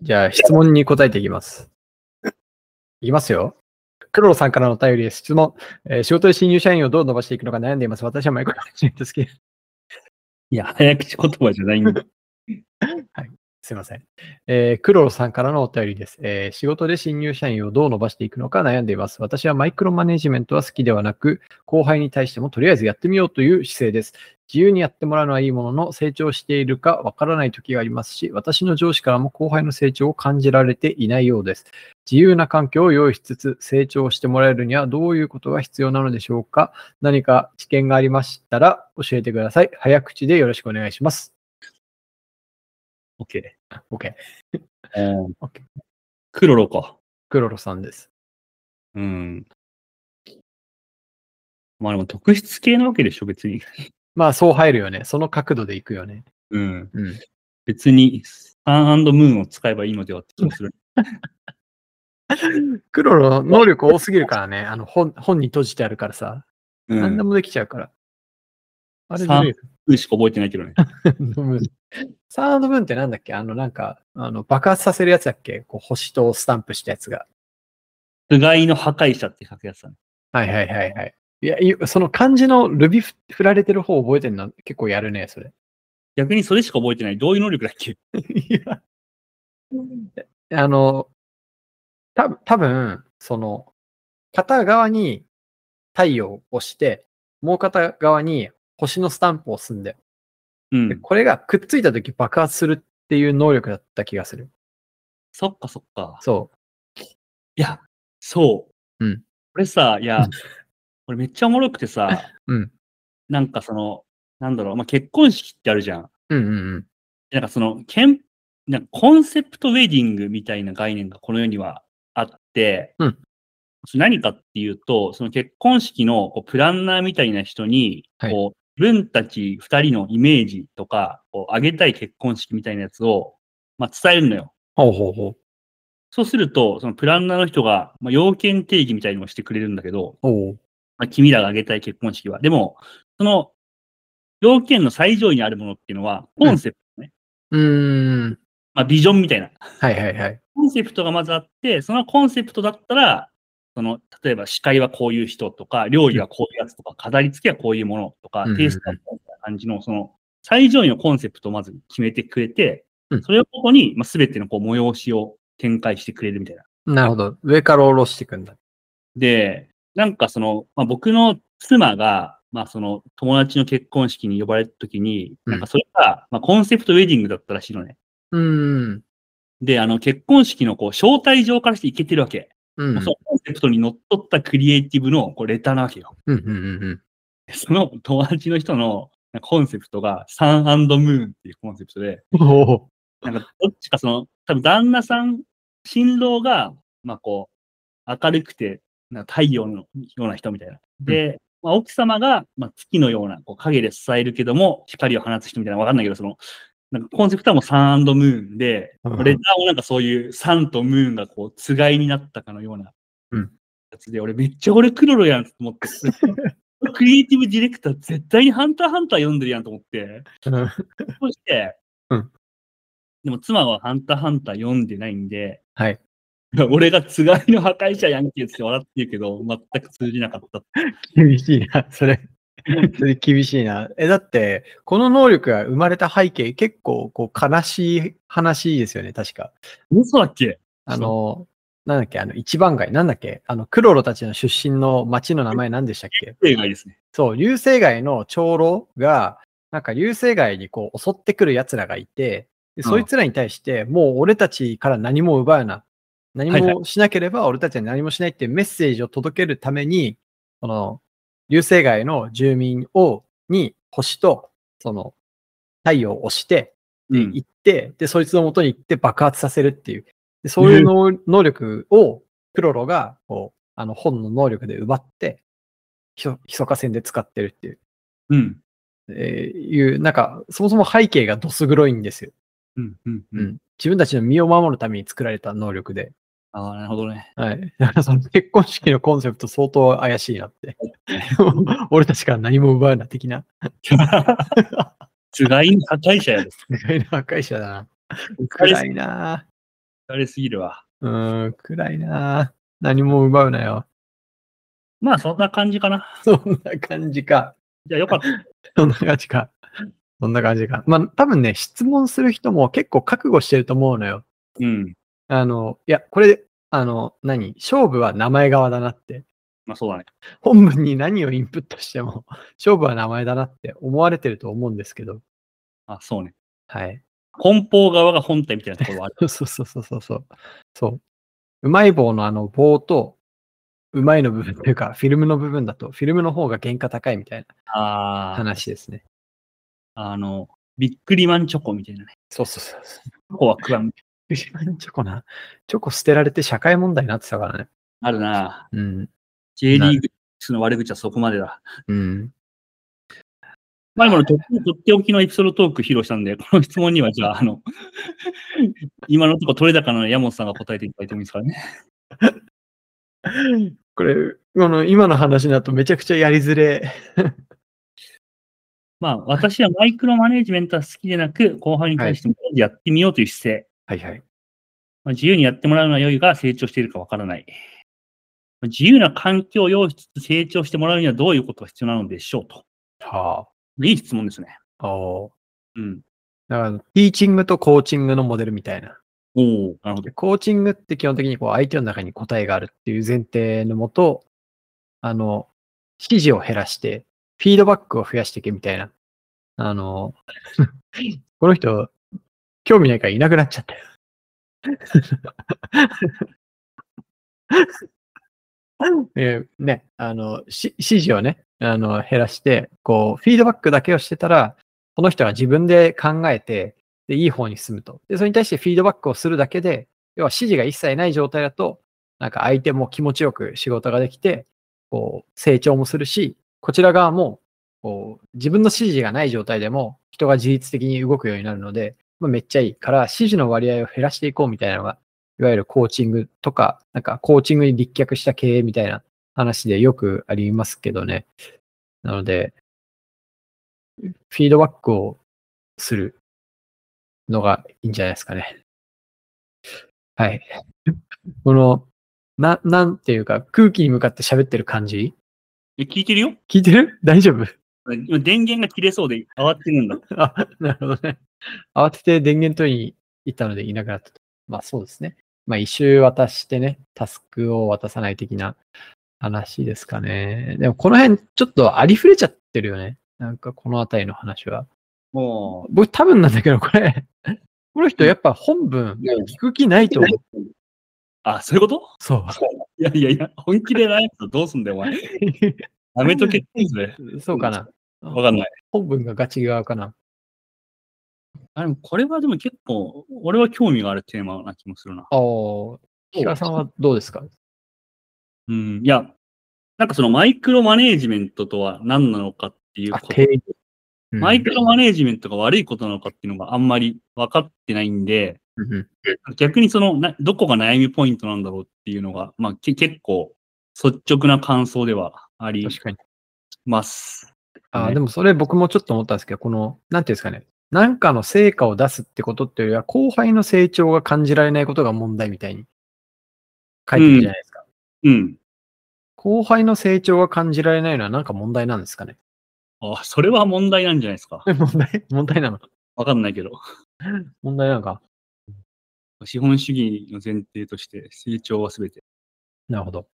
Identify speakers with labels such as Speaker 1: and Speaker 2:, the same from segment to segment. Speaker 1: じゃあ、質問に答えていきます。いきますよ。クロロさんからのお便りです。質問、えー仕事で新入社員をどう伸ばしていくのか悩んでいます。私はマイクロマネジメント好きです。
Speaker 2: いや、早口言葉じゃないんだ。
Speaker 1: すいません。えークロロさんからのお便りです、えー仕事で新入社員をどう伸ばしていくのか悩んでいます。私はマイクロマネジメントは好きではなく、後輩に対してもとりあえずやってみようという姿勢です。自由にやってもらうのはいいものの、成長しているかわからない時がありますし、私の上司からも後輩の成長を感じられていないようです。自由な環境を用意しつつ、成長してもらえるにはどういうことが必要なのでしょうか何か知見がありましたら教えてください。早口でよろしくお願いします。
Speaker 2: OK。
Speaker 1: OK。
Speaker 2: うんクロロか。
Speaker 1: クロロさんです。
Speaker 2: うん。まあでも特質系なわけでしょ、別に。
Speaker 1: まあそう入るよね。その角度でいくよね。
Speaker 2: うん。
Speaker 1: うん。
Speaker 2: 別に、サンムーンを使えばいいのではって気もする。
Speaker 1: クロロ能力多すぎるからね。 あの本本に閉じてあるからさ。
Speaker 2: う
Speaker 1: 何
Speaker 2: ん
Speaker 1: で。もできちゃうから。あれ
Speaker 2: さ
Speaker 1: どういう
Speaker 2: うんしか覚えてないけどね。
Speaker 1: の分サード分ってなんだっけあのなんかあの爆発させるやつだっけこう星とスタンプしたやつが。
Speaker 2: 互いの破壊者って書くやつだね。
Speaker 1: はいはいはいはい。いや、いその漢字のルビ振られてる方覚えてるの結構やるね、それ。
Speaker 2: 逆にそれしか覚えてない。どういう能力だっ け
Speaker 1: いや、あの、た多分その、片側に太陽を押して、もう片側に星のスタンプを押すんだよ。
Speaker 2: う
Speaker 1: で
Speaker 2: ん。
Speaker 1: これがくっついたとき爆発するっていう能力だった気がする。
Speaker 2: そっかそっか。
Speaker 1: そ
Speaker 2: いや、そう。
Speaker 1: うん。
Speaker 2: これさ、いや、これめっちゃおもろくてさ、
Speaker 1: う。うん。
Speaker 2: なんかその、なんだろう、まあ、結婚式ってあるじゃん。
Speaker 1: うんうんうん。
Speaker 2: でなんかその、けんなんかコンセプトウェディングみたいな概念がこの世にはあって、
Speaker 1: うん
Speaker 2: それ何かっていうと、その結婚式のこうプランナーみたいな人に、
Speaker 1: はい
Speaker 2: こう自分たち二人のイメージとか、こう上げたい結婚式みたいなやつを、まあ、伝えるのよ。
Speaker 1: ほうほうほう。
Speaker 2: そうすると、そのプランナーの人が、まあ、要件定義みたいのをしてくれるんだけど、
Speaker 1: おう
Speaker 2: まあ、君らが挙げたい結婚式は。でも、その要件の最上位にあるものっていうのは、コンセプトね、
Speaker 1: うーん。
Speaker 2: まあ、ビジョンみたいな。
Speaker 1: はいはいはい。
Speaker 2: コンセプトがまずあって、そのコンセプトだったら、その例えば司会はこういう人とか、料理はこういうやつとか、飾り付けはこういうものとか
Speaker 1: うんうんう、ん
Speaker 2: テイストはこういう感じの、その最上位のコンセプトをまず決めてくれて
Speaker 1: うん、
Speaker 2: それをここに、まあ、全てのこう催しを展開してくれるみたいな。
Speaker 1: なるほど。上から下ろしていくんだ。
Speaker 2: で、なんかその、まあ、僕の妻が、まあ、その友達の結婚式に呼ばれた時に、
Speaker 1: うん
Speaker 2: なんかそれが、まあ、コンセプトウェディングだったらしいのね。
Speaker 1: うーん。
Speaker 2: で、あの結婚式のこう招待状からしていけてるわけ。
Speaker 1: うん。
Speaker 2: もうそのコンセプトにのっとったクリエイティブのこうレターなわけよ。
Speaker 1: うんうんうん うん。
Speaker 2: でその友達の人のなんかコンセプトがサンムーンっていうコンセプトで、
Speaker 1: おお。
Speaker 2: なんかどっちかその、多分旦那さん、新郎が、まあこう、明るくて、なんか太陽のような人みたいな。で、まあ、奥様が、まあ、月のようなこう影で支えるけども、光を放つ人みたいな、わかんないけど、その、なんかコンセプトはもうサンムーンで、
Speaker 1: うん
Speaker 2: レターもなんかそういうサンとムーンがこう、つがいになったかのような
Speaker 1: うん
Speaker 2: やつで、俺めっちゃ俺クロロやんと思 って、クリエイティブディレクター絶対にハンターハンター読んでるやんと思って。
Speaker 1: うん
Speaker 2: そうして、
Speaker 1: うん
Speaker 2: でも妻はハンターハンター読んでないんで、
Speaker 1: はい。
Speaker 2: 俺がつがいの破壊者やんけって笑ってるけど、全く通じなかった。
Speaker 1: 厳しいな、それ。それ厳しいな。え、だって、この能力が生まれた背景、結構こう悲しい話ですよね、確か。
Speaker 2: 嘘だっけ
Speaker 1: あの、なんだっけ、あの、一番街、なんだっけ、あの、クロロたちの出身の町の名前何でしたっけ
Speaker 2: 例外ですね。
Speaker 1: そう、流星街の長老が、なんか流星街にこう襲ってくる奴らがいて、で
Speaker 2: ん
Speaker 1: そいつらに対して、もう俺たちから何も奪うな。何
Speaker 2: はい
Speaker 1: もしなければ俺たちは何もしないっていうメッセージを届けるために、この流星街の住民を、に星と、その、太陽を押して、で
Speaker 2: うん
Speaker 1: 行って、で、そいつの元に行って爆発させるっていう。でそういう能能力をクロロが、こう、あの本の能力で奪って、ひそ密か戦で使ってるっていう、
Speaker 2: うん。
Speaker 1: えーいう、なんか、そもそも背景がどす黒いんですよ。
Speaker 2: うん。うん。う。
Speaker 1: うんん。自分たちの身を守るために作られた能力で。
Speaker 2: ああ、なるほどね。
Speaker 1: はい。だからその結婚式のコンセプト相当怪しいなって。 俺たちから何も奪うな、的な。
Speaker 2: つがいの破壊者やです。
Speaker 1: 暗いな、破壊者だな。
Speaker 2: 破壊者
Speaker 1: 暗いな。
Speaker 2: 疲れすぎるわ。
Speaker 1: うーん、暗いな何も奪うなよ。
Speaker 2: まあ、そんな感じかな。
Speaker 1: そんな感じか。
Speaker 2: じゃあ、よか った。
Speaker 1: そんな感じか。そんな感じか。まあ、多分ね、質問する人も結構覚悟してると思うのよ。
Speaker 2: うん。
Speaker 1: あの、いや、これ、あの、何勝負は名前側だなって。
Speaker 2: まあ、そうだね。
Speaker 1: 本文に何をインプットしても、勝負は名前だなって思われてると思うんですけど。
Speaker 2: あ、そうね。
Speaker 1: はい。
Speaker 2: 梱包側が本体みたいなところはある。
Speaker 1: そうそうそうそうそう。そう。うまい棒のあの棒と、うまいの部分というか、フィルムの部分だと、フィルムの方が原価高いみたいな
Speaker 2: あ あ、
Speaker 1: 話ですね。
Speaker 2: あの、ビックリマンチョコみたいなね。
Speaker 1: そうそうそうそう。
Speaker 2: チョコは食わん。
Speaker 1: ビックリマン チョコな。チョコ捨てられて社会問題になってたからね。
Speaker 2: あるな。
Speaker 1: うん。
Speaker 2: J リーグの悪口はそこまでだ。
Speaker 1: うん。
Speaker 2: まあ、今のととっておきのエピソードトーク披露したんで、この質問には、じゃあ、あの、 今のところ取れ高の山本さんが答えていただいてもいいですからね。
Speaker 1: これ、この今の話だとめちゃくちゃやりづれ。
Speaker 2: まあ、私はマイクロマネジメントは好きでなく、後輩に対してもやってみようという姿勢。
Speaker 1: はいはい。
Speaker 2: まあ、自由にやってもらうのは良いが、成長しているかわからない。まあ自由な環境を用意しつつ成長してもらうにはどういうことが必要なのでしょうと。
Speaker 1: は
Speaker 2: いい質問ですね。
Speaker 1: あ。お
Speaker 2: うん。
Speaker 1: だから、ティーチングとコーチングのモデルみたいな。
Speaker 2: おおなるほど
Speaker 1: で。コーチングって基本的にこう相手の中に答えがあるっていう前提のもと、あの、指示を減らして、フィードバックを増やしていけみたいな。あの、 この人、興味ないからいなくなっちゃったよ。 えーね、あの、し指示をね、あの、減らして、こう、フィードバックだけをしてたら、この人が自分で考えて、で、いい方に進むと。で、それに対してフィードバックをするだけで、要は指示が一切ない状態だと、なんか相手も気持ちよく仕事ができて、こう、成長もするし、こちら側も、こう、自分の指示がない状態でも、人が自律的に動くようになるので、まあ、めっちゃいいから、指示の割合を減らしていこうみたいなのが、いわゆるコーチングとか、なんかコーチングに立脚した経営みたいな話でよくありますけどね。なので、フィードバックをするのがいいんじゃないですかね。はい。 この、な、なんていうか、空気に向かって喋ってる感じ
Speaker 2: え聞いてるよ
Speaker 1: 聞いてる 大丈夫
Speaker 2: 今電源が切れそうで慌ててるんだ。
Speaker 1: あ、なるほどね。慌てて電源取りに行ったのでいなくなったと。まあそうですね。まあ一周渡してね、タスクを渡さない的な話ですかね。でもこの辺ちょっとありふれちゃってるよね。なんかこの辺りの話は。
Speaker 2: も
Speaker 1: 僕多分なんだけど、これ、この人やっぱ本文
Speaker 2: うん
Speaker 1: 聞く気ないと思う。
Speaker 2: う。あ、そういうこと
Speaker 1: そう。
Speaker 2: いやいやいや、本気でないやつどうすんだよ、お前。やめとけ、それ
Speaker 1: そうかな。
Speaker 2: わかんない。
Speaker 1: 本文がガチ側かな。
Speaker 2: あ、でもこれはでも結構、俺は興味があるテーマな気もするな。
Speaker 1: ああ、木川さんはどうですか
Speaker 2: うん。いや、なんかそのマイクロマネージメントとは何なのかっていう
Speaker 1: あ、
Speaker 2: こと
Speaker 1: 定義。うん
Speaker 2: マイクロマネージメントが悪いことなのかっていうのがあんまり分かってないんで、
Speaker 1: うんうん
Speaker 2: 逆にそのな、どこが悩みポイントなんだろうっていうのが、まあけ結構率直な感想ではあり
Speaker 1: 確かに。
Speaker 2: ます。
Speaker 1: あー
Speaker 2: ね
Speaker 1: でもそれ僕もちょっと思ったんですけど、この、なんていうんですかね。なんかの成果を出すってことっていうよりは、後輩の成長が感じられないことが問題みたいに書いてるじゃないですか。
Speaker 2: うん。
Speaker 1: 後輩の成長が感じられないのはなんか問題なんですかね。
Speaker 2: あ、それは問題なんじゃないですか。
Speaker 1: 問題問題なの
Speaker 2: わかんないけど。
Speaker 1: 問題なのか。
Speaker 2: 資本主義の前提として成長は全て。
Speaker 1: なるほど。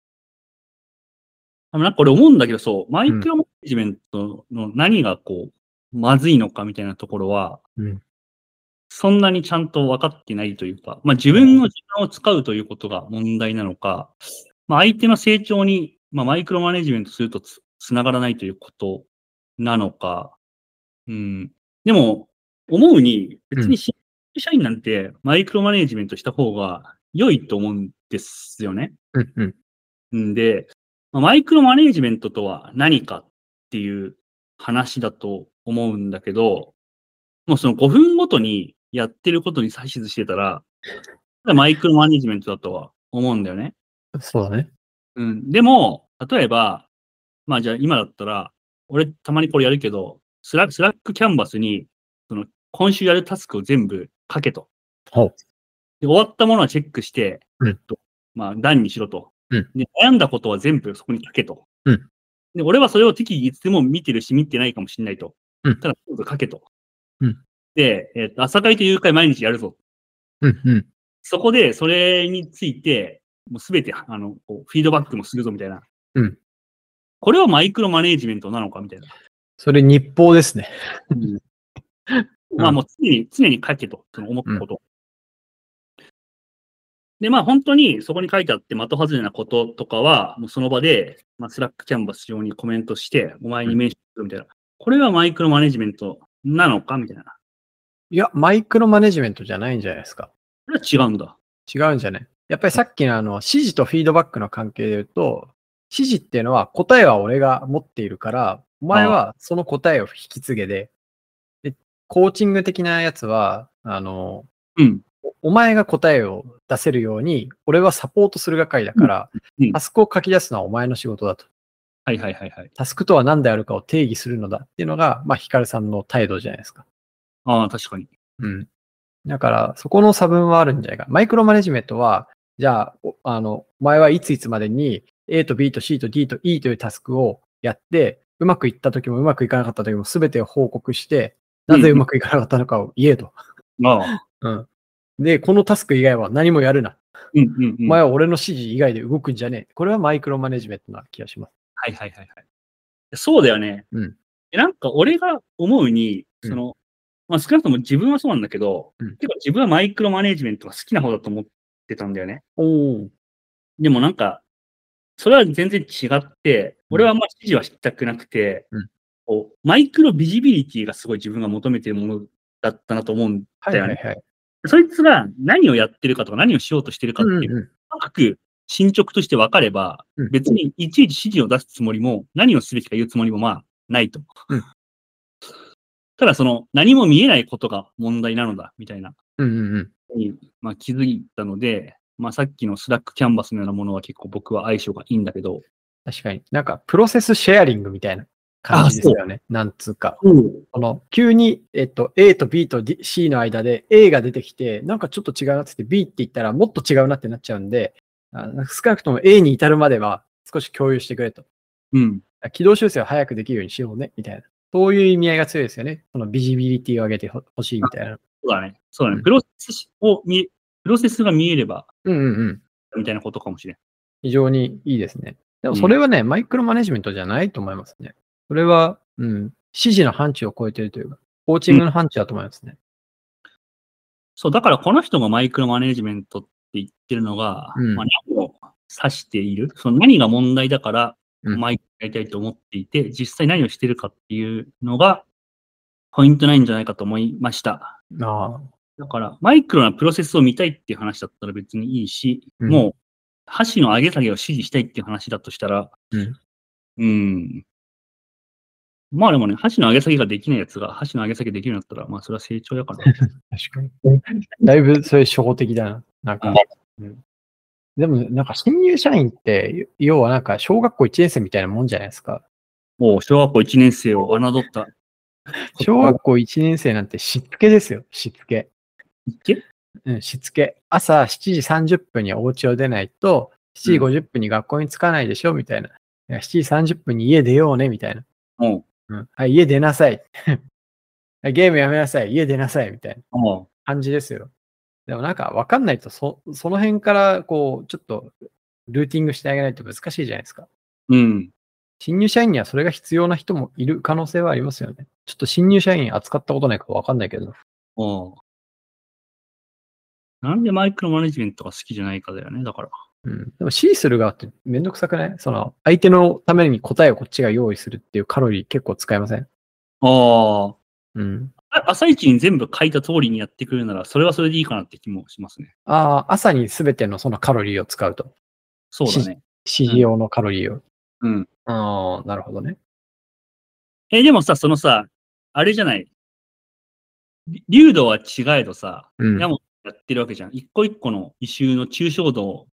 Speaker 2: あのなんか俺思うんだけど、そう、マイクロマネジメントの何がこう、まずいのかみたいなところは、
Speaker 1: うん
Speaker 2: そんなにちゃんと分かってないというか、まあ自分の時間を使うということが問題なのか、まあ相手の成長に、まあマイクロマネジメントするとつつながらないということなのか、うん。でも、思うに、別に新入社員なんてマイクロマネジメントした方が良いと思うんですよね。
Speaker 1: うんうん。
Speaker 2: んで、まあマイクロマネージメントとは何かっていう話だと思うんだけど、もうその5分ごとにやってることに指図してたら、マイクロマネージメントだとは思うんだよね。
Speaker 1: そうだね。
Speaker 2: うん。でも、例えば、まあじゃあ今だったら、俺たまにこれやるけど、スラスラックキャンバスに、その今週やるタスクを全部書けと。
Speaker 1: ほう。
Speaker 2: で、終わったものはチェックして、
Speaker 1: うん
Speaker 2: えっと、まあ、段にしろと。
Speaker 1: うん
Speaker 2: で、悩んだことは全部そこに書けと。
Speaker 1: うん
Speaker 2: で、俺はそれを適宜いつでも見てるし、見てないかもしれないと。
Speaker 1: うん
Speaker 2: ただ、とにかく書けと。
Speaker 1: うん
Speaker 2: で、えっと、朝会と夕会毎日やるぞ。
Speaker 1: うんうん。
Speaker 2: そこで、それについて、もうすべて、あの、こうフィードバックもするぞ、みたいな。
Speaker 1: うん
Speaker 2: これはマイクロマネージメントなのか、みたいな。
Speaker 1: それ日報ですね。
Speaker 2: まあもう常に、常に書けと、その思ったこと。で、まあ本当にそこに書いてあって、的外れなこととかは、もうその場で、まあスラックキャンバス上にコメントして、お前に名刺するみたいな。これはマイクロマネジメントなのかみたいな。こ
Speaker 1: いや、マイクロマネジメントじゃないんじゃないですか。
Speaker 2: れは違うんだ。
Speaker 1: 違うんじゃないやっぱりさっきのあの、指示とフィードバックの関係で言うと、指示っていうのは答えは俺が持っているから、お前はその答えを引き継げで、で、コーチング的なやつは、あの、
Speaker 2: うん。
Speaker 1: お前が答えを出せるように、俺はサポートする係だから、
Speaker 2: うんうん
Speaker 1: タスクを書き出すのはお前の仕事だと。
Speaker 2: はいはいはいはい。
Speaker 1: タスクとは何であるかを定義するのだっていうのが、まあ、ヒカルさんの態度じゃないですか。
Speaker 2: ああ、確かに。
Speaker 1: うん。だから、そこの差分はあるんじゃないか。マイクロマネジメントは、じゃあ、おあの、お前はいついつまでに A と B と C と D と E というタスクをやって、うまくいった時もうまくいかなかった時も全てを報告して、なぜうまくいかなかったのかを 言えと。
Speaker 2: あ あ。
Speaker 1: うん。で、このタスク以外は何もやるな。
Speaker 2: うんうんう
Speaker 1: お
Speaker 2: ん。は
Speaker 1: 前
Speaker 2: い
Speaker 1: は俺の指示以外で動くんじゃねえ。これはマイクロマネジメントな気がします。
Speaker 2: はいはいはい。そうだよね。
Speaker 1: うん
Speaker 2: えなんか俺が思うに、
Speaker 1: うん
Speaker 2: その、まあ少なくとも自分はそうなんだけど、
Speaker 1: うん
Speaker 2: 結構自分はマイクロマネージメントが好きな方だと思ってたんだよね。
Speaker 1: おお。
Speaker 2: でもなんか、それは全然違って、俺はあんま指示はしたくなくて、
Speaker 1: うん
Speaker 2: こうマイクロビジビリティがすごい自分が求めてるものだったなと思うん
Speaker 1: は
Speaker 2: だ
Speaker 1: い
Speaker 2: よ
Speaker 1: はい
Speaker 2: ね。
Speaker 1: はい。
Speaker 2: そいつが何をやってるかとか何をしようとしてるかっていう、
Speaker 1: うんうん
Speaker 2: 深く進捗として分かれば、
Speaker 1: うん
Speaker 2: 別にいちいち指示を出すつもりも、何をすべきか言うつもりもまあ、ないと。
Speaker 1: うん
Speaker 2: ただ、その、何も見えないことが問題なのだ、みたいな、
Speaker 1: うんうんうん。
Speaker 2: に、まあ、気づいたので、まあ、さっきのスラックキャンバスのようなものは結構僕は相性がいいんだけど、
Speaker 1: 確かに。なんか、プロセスシェアリングみたいな感じですよね。なんつうか。この、急に、えっと、A と B と D C の間で A が出てきて、なんかちょっと違うなって言って B って言ったらもっと違うなってなっちゃうんで、あなんか少なくとも A に至るまでは少し共有してくれと。
Speaker 2: うん。
Speaker 1: あ軌道修正を早くできるようにしようね、みたいな。そういう意味合いが強いですよね。このビジビリティを上げてほほしいみたいな。
Speaker 2: そうだね。そうだ
Speaker 1: う
Speaker 2: ね。
Speaker 1: ん
Speaker 2: プロセスを見、プロセスが見えれば、
Speaker 1: うんうんうん。
Speaker 2: みたいなことかもしれん。
Speaker 1: 非常にいいですね。でもそれはね、マイクロマネジメントじゃないと思いますね。それは、うん、指示の範疇を超えてるというか、コーチングの範疇だと思いますね。
Speaker 2: そう、だからこの人がマイクロマネジメントって言ってるのが、
Speaker 1: うん
Speaker 2: まあ、何を指している、その何が問題だから、
Speaker 1: うん
Speaker 2: マイクロやりたいと思っていて、実際何をしてるかっていうのが、ポイントないんじゃないかと思いました。
Speaker 1: ああ、
Speaker 2: だから、マイクロなプロセスを見たいっていう話だったら別にいいし、
Speaker 1: うん
Speaker 2: もう、箸の上げ下げを指示したいっていう話だとしたら、
Speaker 1: うん
Speaker 2: うんまあでもね、箸の上げ下げができないやつが、箸の上げ下げできるようになったら、まあそれは成長だ から。
Speaker 1: 確かに。だいぶそれ初歩的だな。なんか。うんでも、なんか新入社員って、要はなんか小学校1年生みたいなもんじゃないですか。
Speaker 2: もう小学校1年生を侮った。
Speaker 1: 小学校1年生なんてしつけですよ、しつけ。
Speaker 2: いけ
Speaker 1: うん、しつけ。朝7時30分にお家を出ないと、7時50分に学校に着かないでしょ、みたいな。いや7時30分に家出ようね、みたいな。
Speaker 2: も
Speaker 1: うん。はい、家出なさい。 ゲームやめなさい。家出なさい。みたいな
Speaker 2: う、も
Speaker 1: 感じですよ。でもなんかわかんないと、そその辺から、こう、ちょっと、ルーティングしてあげないと難しいじゃないですか。
Speaker 2: う、うん。
Speaker 1: 新入社員にはそれが必要な人もいる可能性はありますよね。ちょっと新入社員扱ったことないからわかんないけど。
Speaker 2: もう。なんでマイクロマネジメントが好きじゃないかだよね、だから。
Speaker 1: うん。でも指示する側ってめんどくさくないその、相手のために答えをこっちが用意するっていうカロリー結構使いません
Speaker 2: あ
Speaker 1: うん。
Speaker 2: あ。朝一に全部書いた通りにやってくれるなら、それはそれでいいかなって気もしますね。
Speaker 1: ああ、朝に全てのそのカロリーを使うと。
Speaker 2: そうだね。
Speaker 1: 指示用のカロリーを。
Speaker 2: うん。
Speaker 1: ああ、なるほどね。
Speaker 2: え、でもさ、そのさ、あれじゃない。り流度は違えどさ、
Speaker 1: うん。
Speaker 2: 山本やってるわけじゃん。一個一個の異臭の抽象度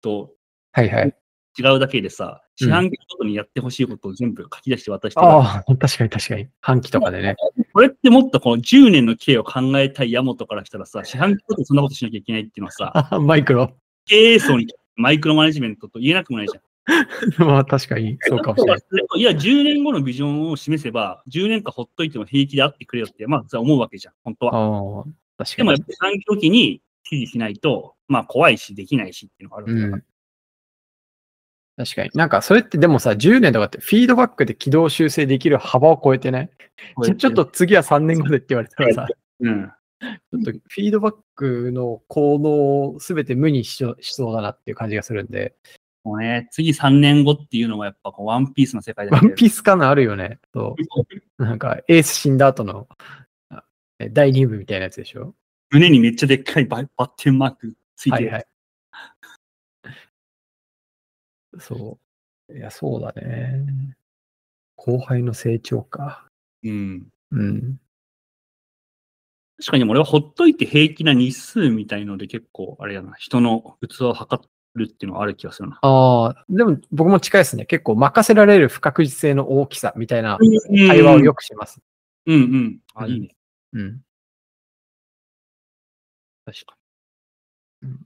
Speaker 2: と
Speaker 1: はいはい。
Speaker 2: 違うだけでさ、四半期ごとにやってほしいことを全部書き出して渡して、
Speaker 1: ああ、確かに確かに。半期とかでね。
Speaker 2: これってもっとこの10年の経営を考えたい山本からしたらさ、四半期ごとにそんなことしなきゃいけないっていうのはさ、
Speaker 1: あマイクロ。
Speaker 2: 経営層にマイクロマネジメントと言えなくもないじゃん。
Speaker 1: まあ確かに、そうかもしれない。
Speaker 2: いや、10年後のビジョンを示せば、10年間ほっといても平気であってくれよって、まあ、それは思うわけじゃん、本当は。
Speaker 1: ああ、確
Speaker 2: で
Speaker 1: か
Speaker 2: も、や
Speaker 1: に
Speaker 2: っ。ぱり短期的に指示しないと、まあ、怖いし、できないしっていうのがあるわけだ
Speaker 1: う
Speaker 2: から
Speaker 1: ん。確かに。なんか、それってでもさ、10年とかってフィードバックで軌道修正できる幅を超えてね。
Speaker 2: こう
Speaker 1: ち
Speaker 2: や
Speaker 1: ょちょっと、次は3年後でって言われたらさ、
Speaker 2: うん。
Speaker 1: ちょっとフィードバックの行動を全て無にしそうしそうだなっていう感じがするんで、
Speaker 2: もうね、次3年後っていうのがやっぱこう、ワンピースの世界だ
Speaker 1: ワンピ
Speaker 2: ー
Speaker 1: ース感のあるよね。そう。なんか、エース死んだ後のあえ第2部みたいなやつでしょ。
Speaker 2: 胸にめっちゃでっかいババッテンマークつい
Speaker 1: は
Speaker 2: て
Speaker 1: い
Speaker 2: る。
Speaker 1: はい。そう。いや、そうだね。後輩の成長か。
Speaker 2: うん。
Speaker 1: うん。
Speaker 2: 確かに、俺はほっといて平気な日数みたいので、結構、あれやな、人の器を測るっていうのはある気がするな。
Speaker 1: ああ、でも僕も近いですね。結構任せられる不確実性の大きさみたいな会
Speaker 2: 会
Speaker 1: 話をよくします。
Speaker 2: うんうん。あ、いいね。
Speaker 1: うん。
Speaker 2: 確か
Speaker 1: う
Speaker 2: に。
Speaker 1: ん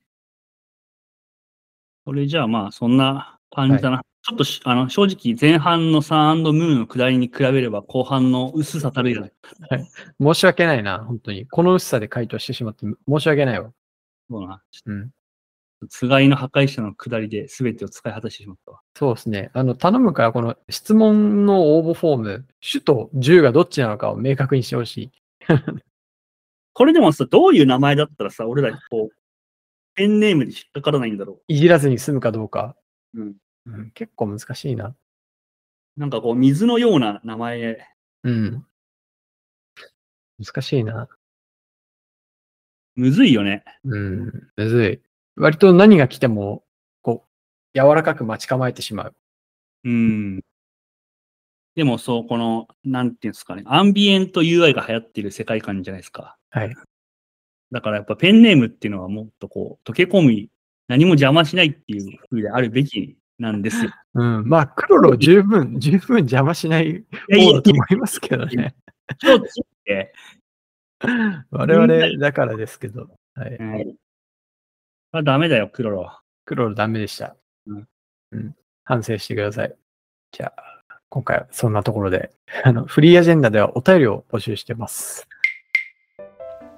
Speaker 2: それじゃあまあ、そんな感じだな。ちょっとしあの正直、前半のサンムーンの下りに比べれば、後半の薄さたるいない。
Speaker 1: 申し訳ないな、本当に。この薄さで回答してしまって申し訳ないわ。
Speaker 2: そうな。ちょ
Speaker 1: うん。
Speaker 2: っとつがいの破壊者の下りで全てを使い果たしてしまったわ。
Speaker 1: そうですね。あの、頼むから、この質問の応募フォーム、主と10がどっちなのかを明確にしてほしい。
Speaker 2: これでもさ、どういう名前だったらさ、俺らこう、ペンネームで引っかからないんだろ
Speaker 1: いじらずに済むかどうか。
Speaker 2: う。うん。
Speaker 1: うん、結構難しいな。
Speaker 2: なんかこう、水のような名前。
Speaker 1: うん。難しいな。
Speaker 2: むずいよね。
Speaker 1: うん。むずい。割と何が来ても、こう、柔らかく待ち構えてしまう。
Speaker 2: うん。でもそう、この、なんていうんですかね、アンビエント UI が流行ってる世界観じゃないですか。
Speaker 1: はい。
Speaker 2: だからやっぱペンネームっていうのはもっとこう、溶け込み、何も邪魔しないっていう風であるべきなんで すよ。
Speaker 1: うん。まあ、クロロ十分、 十分邪魔しない方だと思いますけどね。
Speaker 2: 今日って、
Speaker 1: 我々だからですけど。はい。
Speaker 2: うんあダメだよ、クロロ。
Speaker 1: クロロダメでした。
Speaker 2: うん
Speaker 1: うん反省してください。じゃあ、今回はそんなところで、あの、フリーアジェンダではお便りを募集してます。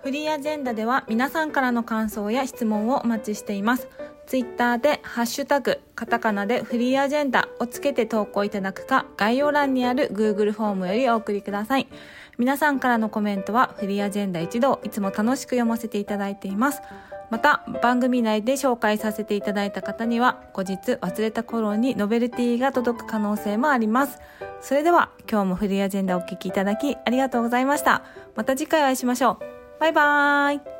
Speaker 3: フリーアジェンダでは皆さんからの感想や質問をお待ちしています。ツイッターでハッシュタグ、カタカナでフリーアジェンダをつけて投稿いただくか、概要欄にある Google フォームよりお送りください。皆さんからのコメントはフリーアジェンダ一同、いつも楽しく読ませていただいています。また、番組内で紹介させていただいた方には、後日忘れた頃にノベルティが届く可能性もあります。それでは、今日もフリーアジェンダをお聞きいただきありがとうございました。また次回お会いしましょう。バイバーイ